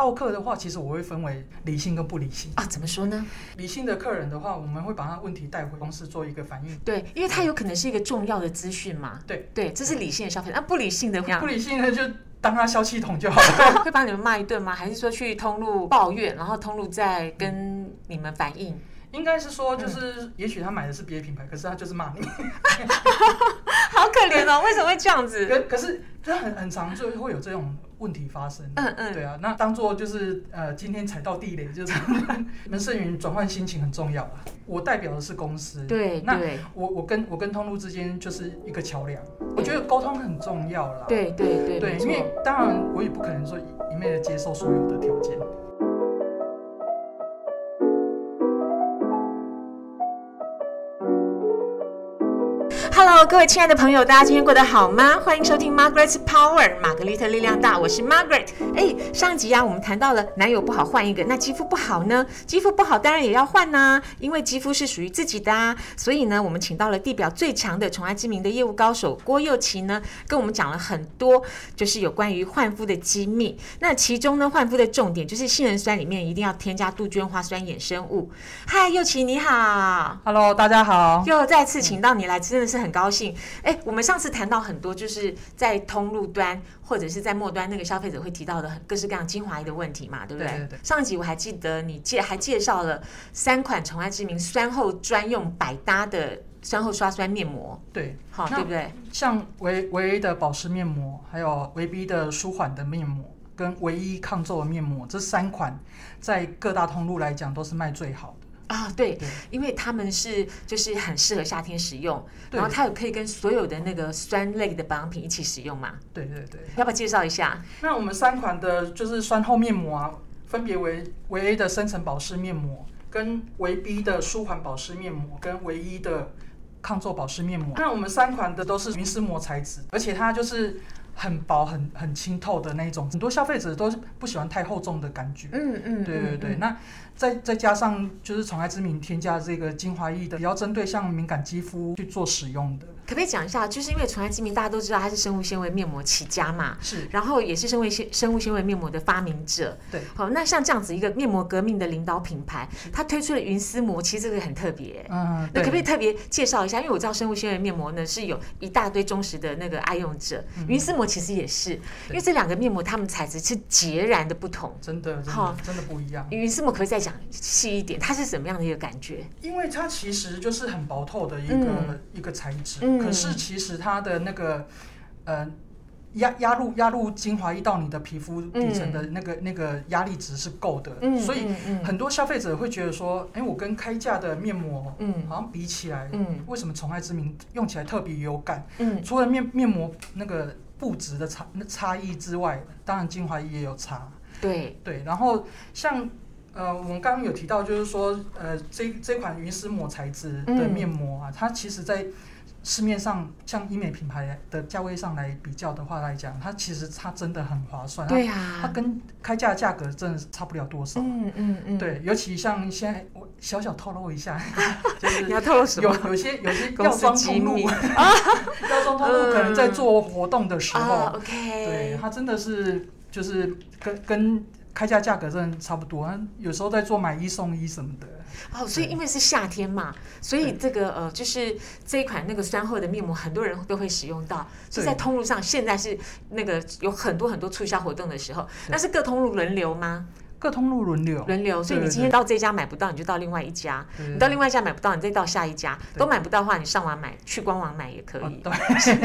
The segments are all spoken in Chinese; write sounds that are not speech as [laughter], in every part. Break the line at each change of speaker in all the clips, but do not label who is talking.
奥客的话，其实我会分为理性跟不理性。
啊？怎么说呢？
理性的客人的话，我们会把他问题带回公司做一个反应。
对，因为它有可能是一个重要的资讯嘛。
对
对，这是理性的消费，那不理性的
不
会
理性的就当他消气筒就好
[laughs]
了。
会把你们骂一顿吗？还是说去通路抱怨，然后通路再跟你们反映？
应该是说，
嗯
就是也许他买的是别的品牌，可是他就是骂你。
好可怜哦，为什么会这样子？
可可是这很很常就会有这种问题发生。
嗯嗯
对啊，那当做就是呃，今天踩到地雷，就是 [laughs] 门胜云转换心情很重要啊。我代表的是公司，
对
那
对
我我跟我跟通路之间就是一个桥梁，我觉得沟通很重要啦。
对对对，
对，
没
因为
错。
当然我也不可能说一一昧的接受所有的条件。
Hello，各位亲爱的朋友，大家今天过得好吗？欢迎收听 Margaret's Power，玛格丽特力量大，我是 Margaret。哎，上集啊，我们谈到了男友不好换一个，那肌肤不好呢？肌肤不好当然也要换呐、因为肌肤是属于自己的啊。所以呢，我们请到了地表最强的宠爱之名的业务高手郭佑琪呢，跟我们讲了很多，就是有关于焕肤的机密。那其中呢，焕肤的重点就是杏仁酸里面一定要添加杜鹃花酸衍生物。嗨，佑琪你好。
Hello，大家好。
又再次请到你来，真的是很高兴。哎，我们上次谈到很多，就是在通路端或者是在末端那个消费者会提到的很各式各样精华液的问题嘛，对不对？
对对对
上集我还记得你介还介绍了三款宠爱之名酸后专用百搭的酸后刷酸面膜，
对，
好，
那
对不对？
像维维 A 的保湿面膜，还有维 B 的舒缓的面膜，跟唯一抗皱的面膜，这三款在各大通路来讲都是卖最好的。
啊，对
对，
因为它们是就是很适合夏天使用，
对
然后它也可以跟所有的那个酸类的保养品一起使用嘛，
对对对。
要不要介绍一下？
那我们三款的就是酸后面膜啊，分别为维 A 的深层保湿面膜，跟维 B 的舒缓保湿面膜，跟唯一的抗皱保湿面膜。那我们三款的都是云丝膜材质，而且它就是很薄、很很清透的那一种。很多消费者都是不喜欢太厚重的感觉。
嗯嗯，
对对
嗯
对，，那再再加上就是宠爱之名添加这个精华液的，比较针对像敏感肌肤去做使用的，
可不可以讲一下？就是因为纯爱之名，大家都知道它是生物纤维面膜起家嘛，
是
然后也是生物纤生物纤维面膜的发明者。
对，
好，那像这样子一个面膜革命的领导品牌，它推出了云丝膜，其实这个很特别。
嗯，
那
对
可不可以特别介绍一下？因为我知道生物纤维面膜呢是有一大堆忠实的那个爱用者，
嗯
云丝膜其实也是，因为这两个面膜它们材质是截然的不同。
真的真
好
的真的不一样，
云丝膜可不可以再讲细一点？它是什么样的一个感觉？
因为它其实就是很薄透的一个、
嗯
一个材质，
嗯
可是其实它的那个呃压压入压入精华液到你的皮肤底层的那个、那个压力值是够的，所以
嗯嗯
很多消费者会觉得说，哎，我跟开价的面膜
嗯
好像比起来，
嗯
为什么宠爱之名用起来特别有感？
嗯
除了面面膜那个布质的差那差异之外，当然精华液也有差。
对，
对，然后像呃，我们刚刚有提到，就是说呃，这这款云丝膜材质的
嗯
面膜啊，它其实在市面上像医美品牌的价位上来比较的话来讲，它其实它真的很划算。它
对
它
啊，
跟开价的价格真的是差不了多少。
嗯嗯嗯，
对，尤其像现在我小小透露一
[laughs]
下，就是
你要透露什么
有？有些有些
公
药
司
妆
机
通路，[laughs]
密嗯
药妆通路可能在做活动的时
啊
候，对
，OK，
它真的是就是跟跟开价价格真的差不多，它有时候在做买一送一什么的。
哦，所以因为是夏天嘛，所以这个呃，就是这一款那个酸后的面膜，很多人都会使用到，所以在通路上现在是那个有很多很多促销活动的时候，那是各通路轮流吗？
各通路轮流，
轮流，所以你
对
今天到这家买不到，你就到另外一家，
对
你到另外一家买不到，你再到下一家，
对
都买不到的话，你上网买，去官网买也可
哦 [laughs]
以，
对，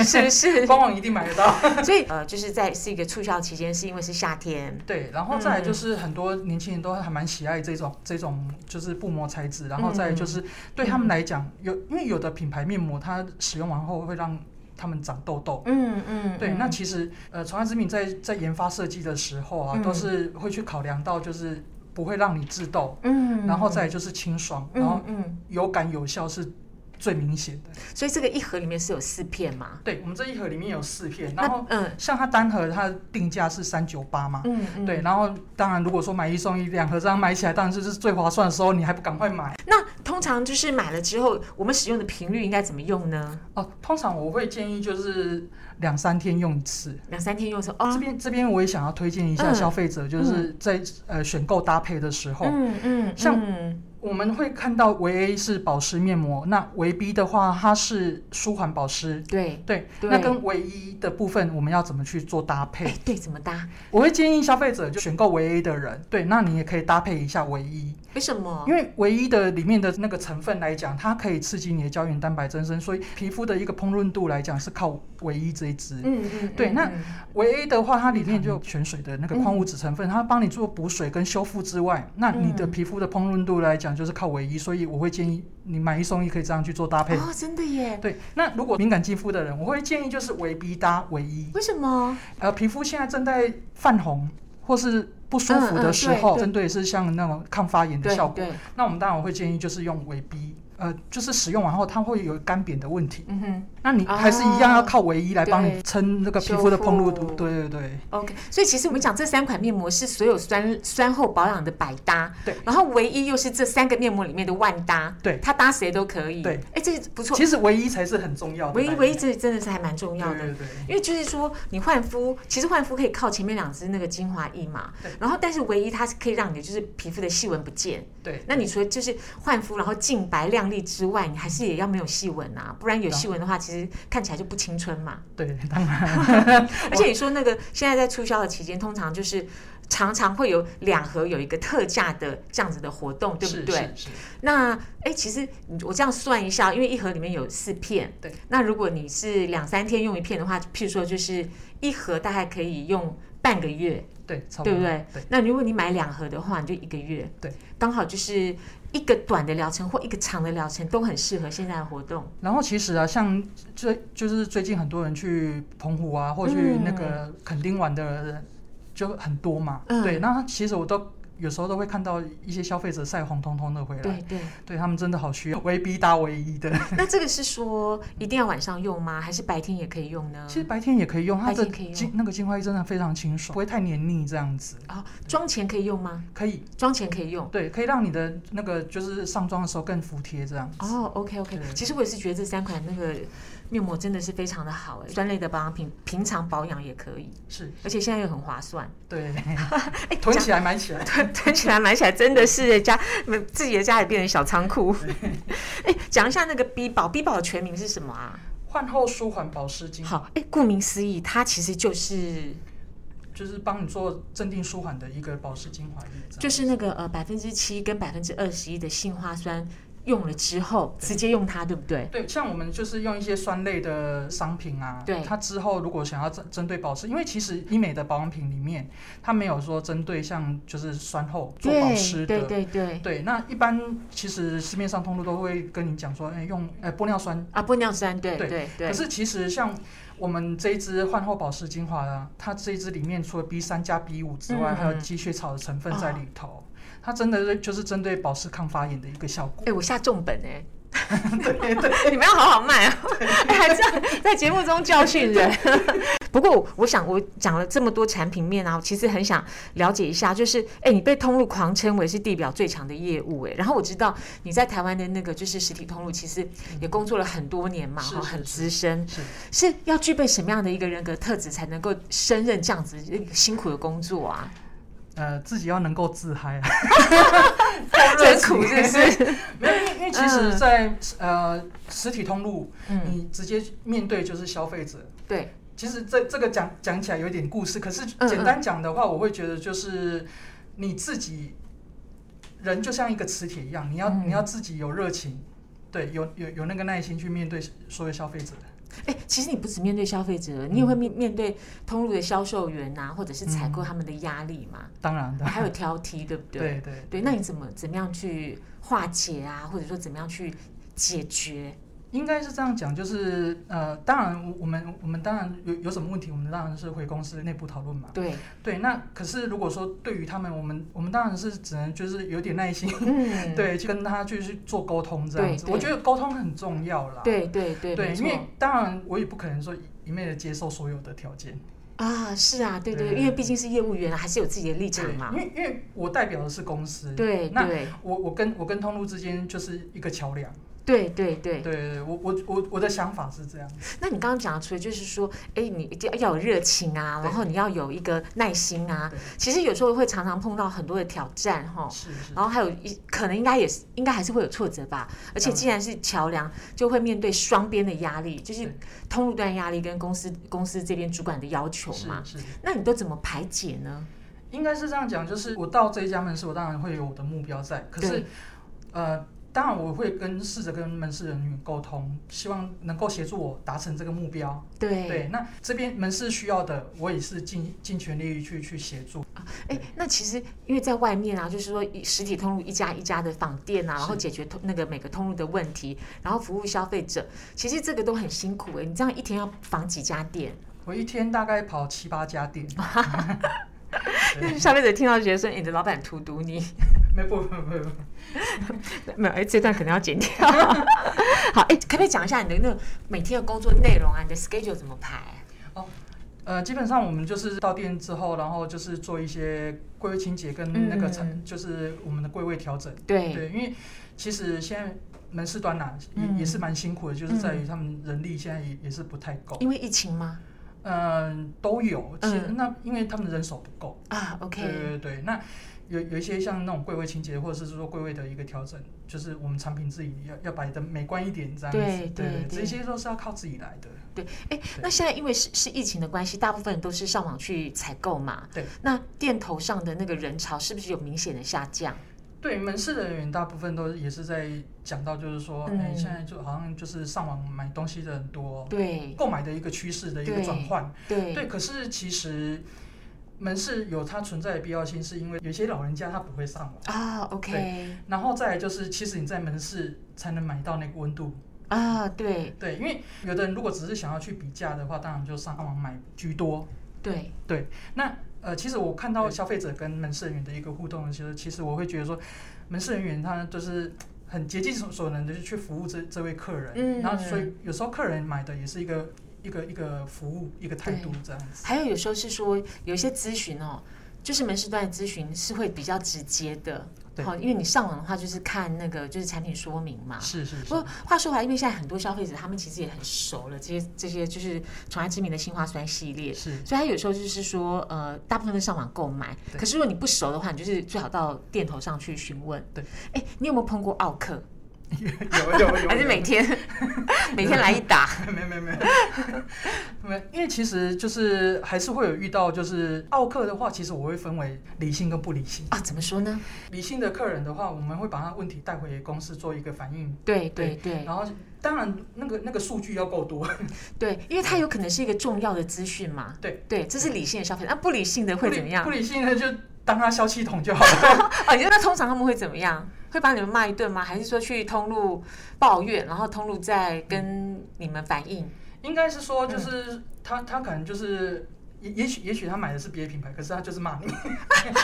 是不是？
官网一定买得
[laughs]
到。
所以呃，就是在是一个促销期间，是因为是夏天，
对，然后再来就是
嗯
很多年轻人都还蛮喜爱这种这种就是布膜材质，然后
嗯
再来就是对他们来讲，有因为有的品牌面膜它使用完后会让他们长痘痘。
嗯嗯，
对，
嗯
那其实呃，宠爱之名在在研发设计的时候啊，
嗯
都是会去考量到就是不会让你致痘，
嗯，
然后再来就是清爽，然后
嗯嗯。
有感有效是最明显的。
所以这个一盒里面是有四片嘛？
对我们这一盒里面有四片，
那
然后
嗯
像它单盒它的定价是三九八嘛，
嗯嗯，
对，然后当然如果说买一送一，两盒这样买起来，当然就是最划算的时候，你还不赶快买
那通常就是买了之后，我们使用的频率应该怎么用呢？
哦。通常我会建议就是两三天用一次。
两三天用说
这
哦，
边这边我也想要推荐一下
嗯
消费者，就是在呃选购搭配的时候，
嗯嗯，
像
嗯
我们会看到维 A 是保湿面膜，那维 B 的话它是舒缓保湿。
对
对，
对
那跟维 E 的部分我们要怎么去做搭配
哎？对怎么搭？
我会建议消费者就选购维 A 的人，对，那你也可以搭配一下维 E，
为什么
因？为维 E 的里面的那个成分来讲，它可以刺激你的胶原蛋白增生，所以皮肤的一个烹润度来讲是靠维 E 这一支。
嗯嗯，
对
嗯
那
嗯
维 A 的话，它里面就有泉水的那个矿物质成分，它帮你做补水跟修复之外，那你的
嗯
皮肤的烹润度来讲就是靠维 E，所以我会建议你买一送一可以这样去做搭配。
哦，真的耶？
对，那如果敏感肌肤的人，我会建议就是维 B 搭维 E。
为什么？
呃，皮肤现在正在泛红或是不舒服的时
嗯嗯
候，
对对
针对是像那种抗发炎的
对
效果，
对，
那我们当然会建议就是用维 B。呃，就是使用完后它会有干瘪的问题，
嗯哼
那你还是一样要靠维 E 来帮
啊对
你撑那个皮肤的膨润
修
度
复。
对对对，
，OK。所以其实我们讲这三款面膜是所有酸酸后保养的百搭，
对
然后唯一又是这三个面膜里面的万搭，
对
它搭谁都可以。
对，
哎，这不错，
其实维 E 才是很重要的来
唯一
源。
唯一这真的是还蛮重要
对
的
对。对，
因为就是说，你焕肤，其实焕肤可以靠前面两支那个精华液嘛
对，
然后但是唯一它是可以让你的就是皮肤的细纹不见。
对
那你除了就是焕肤，然后净白亮丽之外，你还是也要没有细纹啊，不然有细纹的话，其实看起来就不青春嘛。
对，当然
而且你说那个现在在促销的期间，通常就是常常会有两盒有一个特价的这样子的活 [laughs] 动，对不
是
对？
是是
那哎，其实我这样算一下，因为一盒里面有四片，
对。
那如果你是两三天用一片的话，譬如说就是一盒大概可以用半个月，
对，差不
对
多
不对？
对。
那如果你买两盒的话，你就一个月，
对。
刚好就是一个短的疗程或一个长的疗程都很适合现在的活动。
然后其实啊，像最就是最近很多人去澎湖啊，或去那个垦丁玩的人就很多嘛。
嗯
对，那其实我都有时候都会看到一些消费者晒红彤彤的回来，[laughs]
对嗯对。
对他们真的好需要，唯 B 搭唯一的。
那这个是说一定要晚上用吗？还是白天也可以用呢？
其实白天也可以用，它
白天
的
可以用
精那个精华液真的非常清爽，不会太黏腻这样子，
哦，妆前可以用吗？
可以
妆前可以用。
对，可以让你的那个就是上妆的时候更服帖这样子。
哦，OK OK，
对
其实我也是觉得这三款那个面膜真的是非常的好哎，酸类的保养品平常保养也可以，
是，
而且现在又很划算，
对，
哎，
囤
讲
起来买起来。
囤 [laughs] 囤起来买起来真的是家嗯自己的家也变成小仓库。 [laughs] 哎，讲一下那个 B 宝，B 宝的全名是什么啊？
饭后舒缓保湿精华
好，哎，顾名思义，它其实就是
就是帮你做镇定舒缓的一个保湿精华液这样，
就是那个呃百分之七跟百分之二十一的杏花酸用了之后直接用它，对不对？
对，像我们就是用一些酸类的商品啊，
对
它之后如果想要针针对保湿，因为其实医美的保养品里面，它没有说针对像就是酸后做保湿
对
的。
对对对
对那一般其实市面上通路都会跟你讲说，哎，用哎玻尿酸。
啊，玻尿酸，对
对
对对
可。是其实像我们这一支焕后保湿精华啊，它这一支里面除了 B 三加 B 五之外，
嗯哦
还有积雪草的成分在里头，它真的就是针对保湿抗发炎的一个效果
哎、。我下重本哎、你们要好好卖啊！
[laughs]
哎还这样在节目中教训人。 [laughs] 不过，我想我讲了这么多产品面啊，我其实很想了解一下，就是哎、你被通路狂称为是地表最强的业务哎、然后我知道你在台湾的那个就是实体通路，其实也工作了很多年嘛，
是
哈，
是
很
嗯是
资深，
[laughs] 是
是要具备什么样的一个人格特质才能够胜任这样子一个辛苦的工作啊？
呃，自己要能够自嗨
[laughs]
啊，
真苦是不
[laughs]
是？
没有，因为因为其实在，呃实体通路，
嗯，
你直接面对就是消费者。
对，
其实这这个讲讲起来有点故事，可是
嗯
简单讲的话，我会觉得就是你自己人就像一个磁铁一样，你要、
嗯
你要自己有热情，对，有有有那个耐心去面对所有消费者。
哎、其实你不只面对消费者，你也
嗯
会面面对通路的销售员呐、或者是采购他们的压力
[laughs]
嘛，
当然的，
还有挑剔，对不 [laughs]
嗯
对？
对对
对，那你怎么怎么样去化解啊，或者说怎么样去解决？
应该是这样讲，就是呃，当然我们我们当然有有什么问题，我们当然是回公司内部讨论嘛。 [laughs]
对，
对，那可是如果说对于他们，我们我们当然是只能就是有点耐心，[laughs]
嗯，
对，去跟他去去做沟通这样子。
对对
我觉得沟通很重要啦。
对对对，
对，
没
因
错
为当然我也不可能说一一昧的接受所有的条件，
啊，是啊，对对，
对
因为毕竟是业务员，还是有自己的立场
对，
嘛
因。为因为我代表的是公司，
对
那
对
我我跟我跟通路之间就是一个桥梁。
对对对
对，对，对我我我我的想法是这样。
那你刚刚讲的，除了就是说，哎，你一定要要有热情啊，
对
然后你要有一个耐心啊。
对
其实有时候会常常碰到很多的挑战哈，吼
是是，
然后还有一可能应该也是应该还是会有挫折吧。而且既然是桥梁，就会面对双边的压力，就是
对
通路端压力跟公司公司这边主管的要求嘛。
是是，
那你都怎么排解呢？
应该是这样讲，就是我到这一家门市，我当然会有我的目标在，可是呃。当然，我会跟试着跟门市人员沟通，希望能够协助我达成这个目标。
对，
对，那这边门市需要的，我也是尽尽全力去去协助。
哎，那其实因为在外面啊，就是说以实体通路一家一家的访店啊，
是
然后解决通那个每个通路的问题，然后服务消费者，其实这个都很辛苦哎、你这样一天要访几家店，
我一天大概跑七八家店，
哦那
对
[laughs] 消费者听到就觉得说哎你的老板荼毒你，
[laughs] 没不不不不，
没有哎、这段可能要剪掉。 [laughs] 好哎、可不可以讲一下你的那个每天的工作内容啊？你的 schedule 怎么排？
呃，基本上我们就是到店之后，然后就是做一些柜位清洁跟那个产，
嗯
就是我们的柜位调整。
对，
对，因为其实现在门市端呐、也、
嗯
也是蛮辛苦的，就是在于他们人力现在也也是不太够，
因为疫情吗？
嗯，都有。其实
嗯
那因为他们人手不够，
啊
对
，OK，
对对。那有有一些像那种柜位清洁，或者是说柜位的一个调整，就是我们产品自己要要摆的美观一点这样子。
对对
对
对
这些都是要靠自己来的。
哎，那现在因为是是疫情的关系，大部分都是上网去采购嘛。
对。
那店头上的那个人潮是不是有明显的下降？
对门市人员，大部分都也是在讲到，就是说，哎、
嗯
现在就好像就是上网买东西的人多，
对
购买的一个趋势的一个
对
转换。
对
对，可是其实门市有它存在的必要性，是因为有些老人家他不会上网，
啊，OK
然后再来就是，其实你在门市才能买到那个温度。
啊，对
对，因为有的人如果只是想要去比价的话，当然就上网买居多。
对
那呃，其实我看到消费者跟门市人员的一个互动，其实其实我会觉得说，门市人员他就是很竭尽所所能的去服务这这位客人，
嗯
然后所以有时候客人买的也是一个一个一个服务一个态度这样子。
还有有时候是说有一些咨询哦，就是门市端的咨询是会比较直接的，哦
对
好，因为你上网的话就是看那个就是产品说明嘛。
是是
不
是
过，话说回来，因为现在很多消费者他们其实也很熟了，这些这些就是宠爱之名的杏花酸系列，
是 [laughs]
所以他有时候就是说，呃，大部分都上网购买，
对
可是如果你不熟的话，你就是最好到店头上去询问。
对，
哎，你有没有碰过奥克？
有有有有，
还是每天 [laughs] 每天来一
[laughs]
打？
没没没没，因为其实就是还是会有遇到，就是奥客的话，其实我会分为理性跟不理性。
啊，怎么说呢？
理性的客人的话，我们会把他问题带回公司做一个反应，
对对对
然后当然那个那个数据要够
[laughs]
多，
对，因为它有可能是一个重要的资讯嘛。
对
对，这是理性的消费，那不理性的
不
会
理
怎么样
不？理性的就当他消气筒就好了。
哦，你知道通常他们会怎么样？会把你们骂一顿吗？还是说去通路抱怨，然后通路再跟你们反
[laughs]
映？
应该是说，
嗯
就是他他可能就是。也也许也许他买的是别的品牌，可是他就是骂你。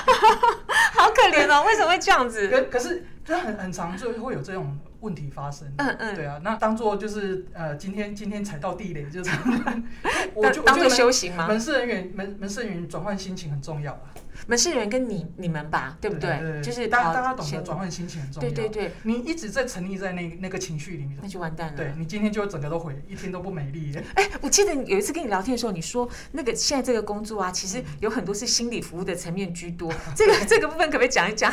好可怜哦，为什么会这样 [laughs] 子？
可可是就很很常就会有这种问题发生。
嗯嗯，
对啊，那当做就是呃，今天今天踩到地雷，就是我 [laughs]
当
就我
当
觉
做
得
修行吗
门？门市人员门门市人员转换心情很重要啊，
门市人员跟你你们吧，对不对？就是
大
好
大家懂得
先
转换心情很重要。
对对，嗯对，
你一直在沉溺在那那个情绪里面，
那就完蛋了。
对你今天就整个都毁，一天都不美丽。
哎，我记得你有一次跟你聊天的时候，你说那个现在这个工作啊，其实
嗯
有很多是心理服务的层面居多。这个这个部分可不可以讲一讲？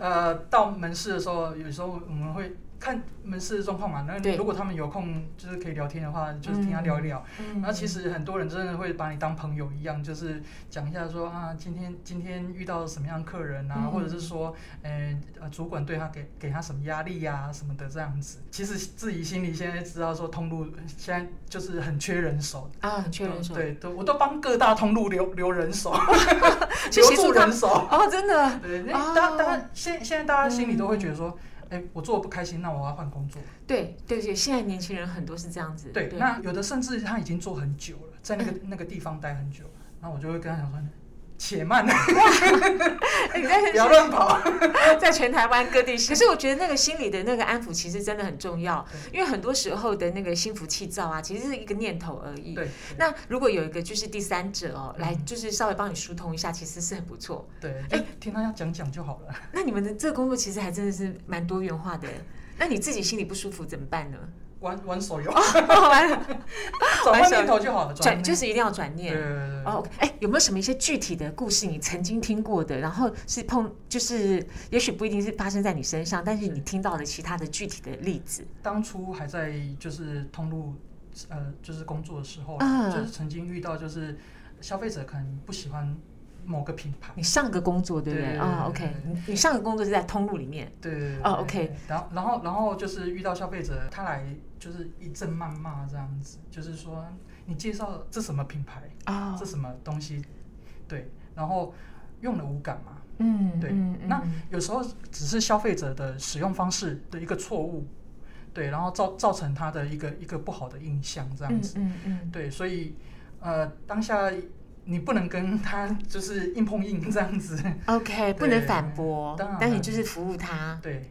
呃，到门市的时候，有时候我们会看门市的状况嘛。
对嗯
那如果他们有空，就是可以聊天的话，就是听他聊一聊。那其实很多人真的会把你当朋友一样，就是讲一下说啊，今天今天遇到什么样的客人啊，
嗯
或者是说，呃，呃主管对他给给他什么压力呀、什么的这样子。其实自己心里现在知道说，通路现在就是很缺人手，
啊，很缺人
[laughs]
手。
对，都我都帮各大通路留留人
[laughs]
手，
去
留
协
住
助他
人
们
手。
哦，真的
对，那
哦嗯
大大家现现在大家心里都会觉得说，哎、哎，我做的不开心，那我要换工作。
对对对，现在年轻人很多是这样子。
对，那 [laughs] 有的甚至他已经做很久了，在
嗯
那个那个地方待很久，那我就会跟他讲说，且
[laughs]
慢，
哎你在
不要乱跑。
[laughs] 在全台湾各地。可是我觉得那个心理的那个安抚其实真的很重要，因为很多时候的那个心浮气躁啊，其实是一个念头而已。
对，嗯
那如果有一个就是第三者哦，来就是稍微帮你疏通一下，其实是很不错。
对，就听他要讲讲就好了。
那你们的这个工作其实还真的是蛮多元化的。那你自己心里不舒服怎么办呢？ [laughs]
玩玩手游，
哦完了，
转换念头就好了。
转就是是一定要转
对
念
对。对
哦，哎、有没有什么一些具体的故事你曾经听过的，然后是碰，就是也许不一定是发生在你身上，但是你听到的其他的具体的例子？
当初还在就是通路，呃，就是工作的时候，
嗯
就是曾经遇到就是消费者可能不喜欢某个品牌，
你上个工作对不对？
对
啊、
对
o k
对
你你上个工作是在通路里面，
对对对。对
哦，OK
然后然后然后就是遇到消费者，他来就是一阵谩骂这样子，就是说你介绍这什么品牌，
哦
这什么东西，对，然后用了无感嘛，
嗯，
对
嗯
那
嗯
有时候只是消费者的使用方式的一个错误，对，然后造造成他的一个一个不好的印象这样子。
嗯嗯嗯，
对，所以呃，当下你不能跟他就是硬碰硬这样子。
嗯 OK，不能反驳
当然，
但你就是服务他。
对，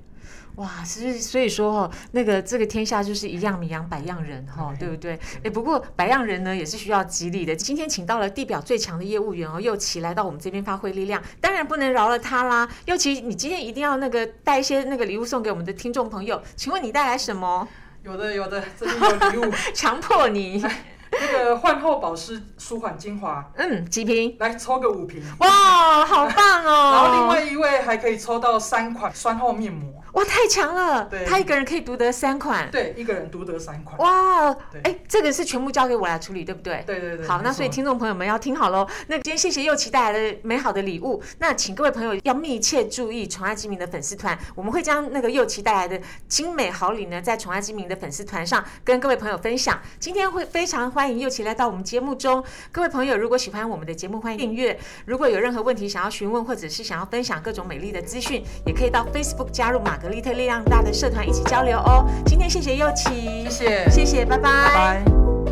哇，所以所以说哦，那个这个天下就是一样米养百样人哈、哦，对不对？哎，不过百样人呢也是需要激励的。今天请到了地表最强的业务员哦，佑琪来到我们这边发挥力量，当然不能饶了他啦。佑琪，你今天一定要那个带一些那个礼物送给我们的听众朋友，请问你带来什么？
有的有的，这边有礼物，
强迫你，
[laughs] 那个焕后保湿舒缓精华，
嗯，几瓶？
来抽个五瓶。
哇，好棒
[laughs]
哦！
然后另外一位还可以抽到三款酸后面膜，
哇，太强了，
对
他一个人可以独得三款。
对，一个人独得三款。
哇，
对
哎，这个是全部交给我来处理，对不对？
对对对，
好，那
没
所以
错
听众朋友们要听好喽。那今天谢谢佑琪带来的美好的礼物，那请各位朋友要密切注意宠爱之名的粉丝团，我们会将那个佑琪带来的精美好礼呢，在宠爱之名的粉丝团上跟各位朋友分享。今天会非常欢迎佑琪来到我们节目中，各位朋友如果喜欢我们的节目，欢迎订阅。如果有任何问题想要询问，或者是想要分享各种美丽的资讯，也可以到 Facebook 加入玛格丽特力量大的社团一起交流哦。今天谢谢佑琪，
谢谢
谢谢，拜拜
拜拜。